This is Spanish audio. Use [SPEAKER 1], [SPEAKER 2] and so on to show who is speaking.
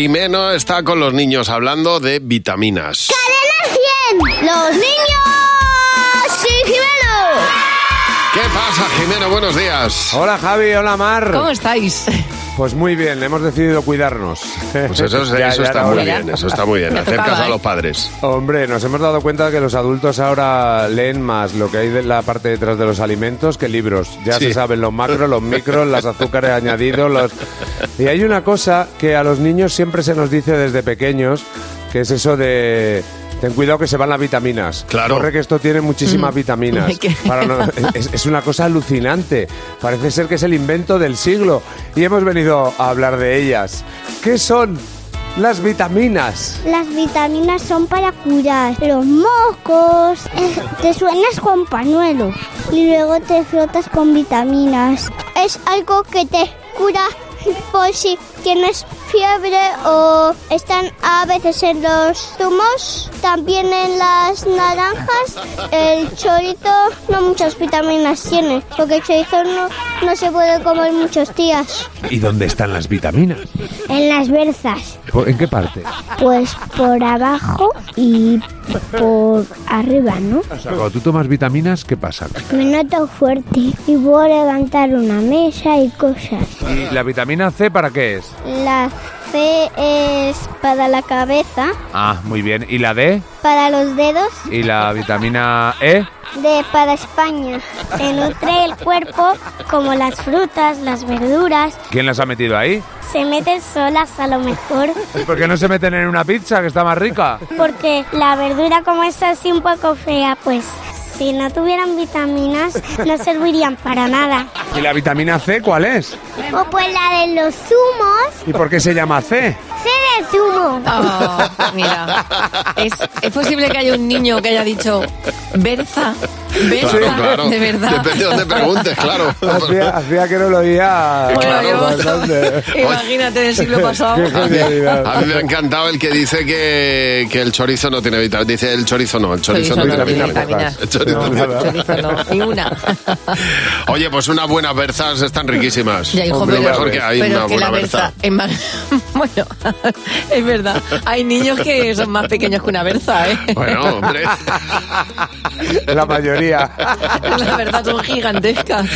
[SPEAKER 1] Jimeno está con los niños hablando de vitaminas.
[SPEAKER 2] ¡Cadena 100! ¡Los niños! ¡Sí, Jimeno!
[SPEAKER 1] ¿Qué pasa, Jimeno? Buenos días.
[SPEAKER 3] Hola Javi, hola Mar.
[SPEAKER 4] ¿Cómo estáis?
[SPEAKER 3] Pues muy bien, hemos decidido cuidarnos.
[SPEAKER 1] Pues eso, eso
[SPEAKER 3] Ya,
[SPEAKER 1] está
[SPEAKER 3] ya era
[SPEAKER 1] muy
[SPEAKER 3] hora.
[SPEAKER 1] bien, eso está muy bien.
[SPEAKER 4] Me
[SPEAKER 1] Hacer
[SPEAKER 4] tocaba,
[SPEAKER 1] caso a
[SPEAKER 4] ¿eh?
[SPEAKER 1] los padres.
[SPEAKER 3] Hombre, nos hemos dado cuenta de que los adultos ahora leen más lo que hay de la parte detrás de los alimentos que libros. Ya
[SPEAKER 1] Sí.
[SPEAKER 3] se saben los macros, los micros, las azúcares añadidos, los... Y hay una cosa que a los niños siempre se nos dice desde pequeños, que es eso de... Ten cuidado que se van las vitaminas.
[SPEAKER 1] Claro.
[SPEAKER 3] Corre que esto tiene muchísimas vitaminas.
[SPEAKER 4] Ay, qué-
[SPEAKER 3] Para no- es, es una cosa alucinante. Parece ser que es el invento del siglo. Y hemos venido a hablar de ellas. ¿Qué son las vitaminas?
[SPEAKER 2] Las vitaminas son para curar los mocos. Eh, Te suenas con pañuelo y luego te frotas con vitaminas. Es algo que te cura por si tienes fiebre o están a veces en los zumos, también en las naranjas. El chorito no muchas vitaminas tiene, porque el chorizo no, no se puede comer muchos días.
[SPEAKER 3] ¿Y dónde están las vitaminas?
[SPEAKER 2] En las berzas.
[SPEAKER 3] ¿En qué parte?
[SPEAKER 2] Pues por abajo y por arriba, ¿no?
[SPEAKER 3] O sea, cuando tú tomas vitaminas, ¿qué pasa?
[SPEAKER 2] Me noto fuerte y puedo levantar una mesa y cosas.
[SPEAKER 3] ¿Y la vitamina C para qué es?
[SPEAKER 2] La C es para la cabeza,
[SPEAKER 3] Ah, muy bien. ¿Y la D?
[SPEAKER 2] para los dedos,
[SPEAKER 3] ¿Y la vitamina E?
[SPEAKER 2] de para España. Se nutre el cuerpo como las frutas, las verduras.
[SPEAKER 3] ¿Quién las ha metido ahí?
[SPEAKER 2] Se meten solas a lo mejor.
[SPEAKER 3] ¿Y ¿Por qué no se meten en una pizza que está más rica?
[SPEAKER 2] Porque la verdura como es así un poco fea, pues si no tuvieran vitaminas no servirían para nada.
[SPEAKER 3] ¿Y la vitamina C cuál es?
[SPEAKER 2] O pues la de los zumos.
[SPEAKER 3] ¿Y por qué se llama C?
[SPEAKER 2] C de zumo.
[SPEAKER 4] Oh, mira, es, es posible que haya un niño que haya dicho Berza, Berza,
[SPEAKER 1] Claro, claro.
[SPEAKER 4] de verdad.
[SPEAKER 1] Depende de dónde preguntes, claro.
[SPEAKER 3] que no lo oía.
[SPEAKER 4] Bueno, yo-
[SPEAKER 1] Bastante.
[SPEAKER 4] imagínate del siglo pasado.
[SPEAKER 1] A mí me ha encantado el que dice que, que el chorizo no tiene vitaminas. Dice el chorizo no, el chorizo, no,
[SPEAKER 4] Chorizo
[SPEAKER 1] tiene
[SPEAKER 4] no,
[SPEAKER 1] vitaminas.
[SPEAKER 4] vitaminas.
[SPEAKER 1] El chorizo no tiene-
[SPEAKER 4] Chorizo no, ni una.
[SPEAKER 1] Oye, pues unas buenas berzas están riquísimas.
[SPEAKER 4] Ya, hijo,
[SPEAKER 1] Hombre,
[SPEAKER 4] pero,
[SPEAKER 1] mejor que hay
[SPEAKER 4] pero
[SPEAKER 1] una
[SPEAKER 4] que la
[SPEAKER 1] buena berza.
[SPEAKER 4] berza es más- Bueno, es verdad. Hay niños que son más pequeños que una berza, ¿eh?
[SPEAKER 1] Bueno, hombre.
[SPEAKER 3] La mayoría.
[SPEAKER 4] La verdad, son gigantescas.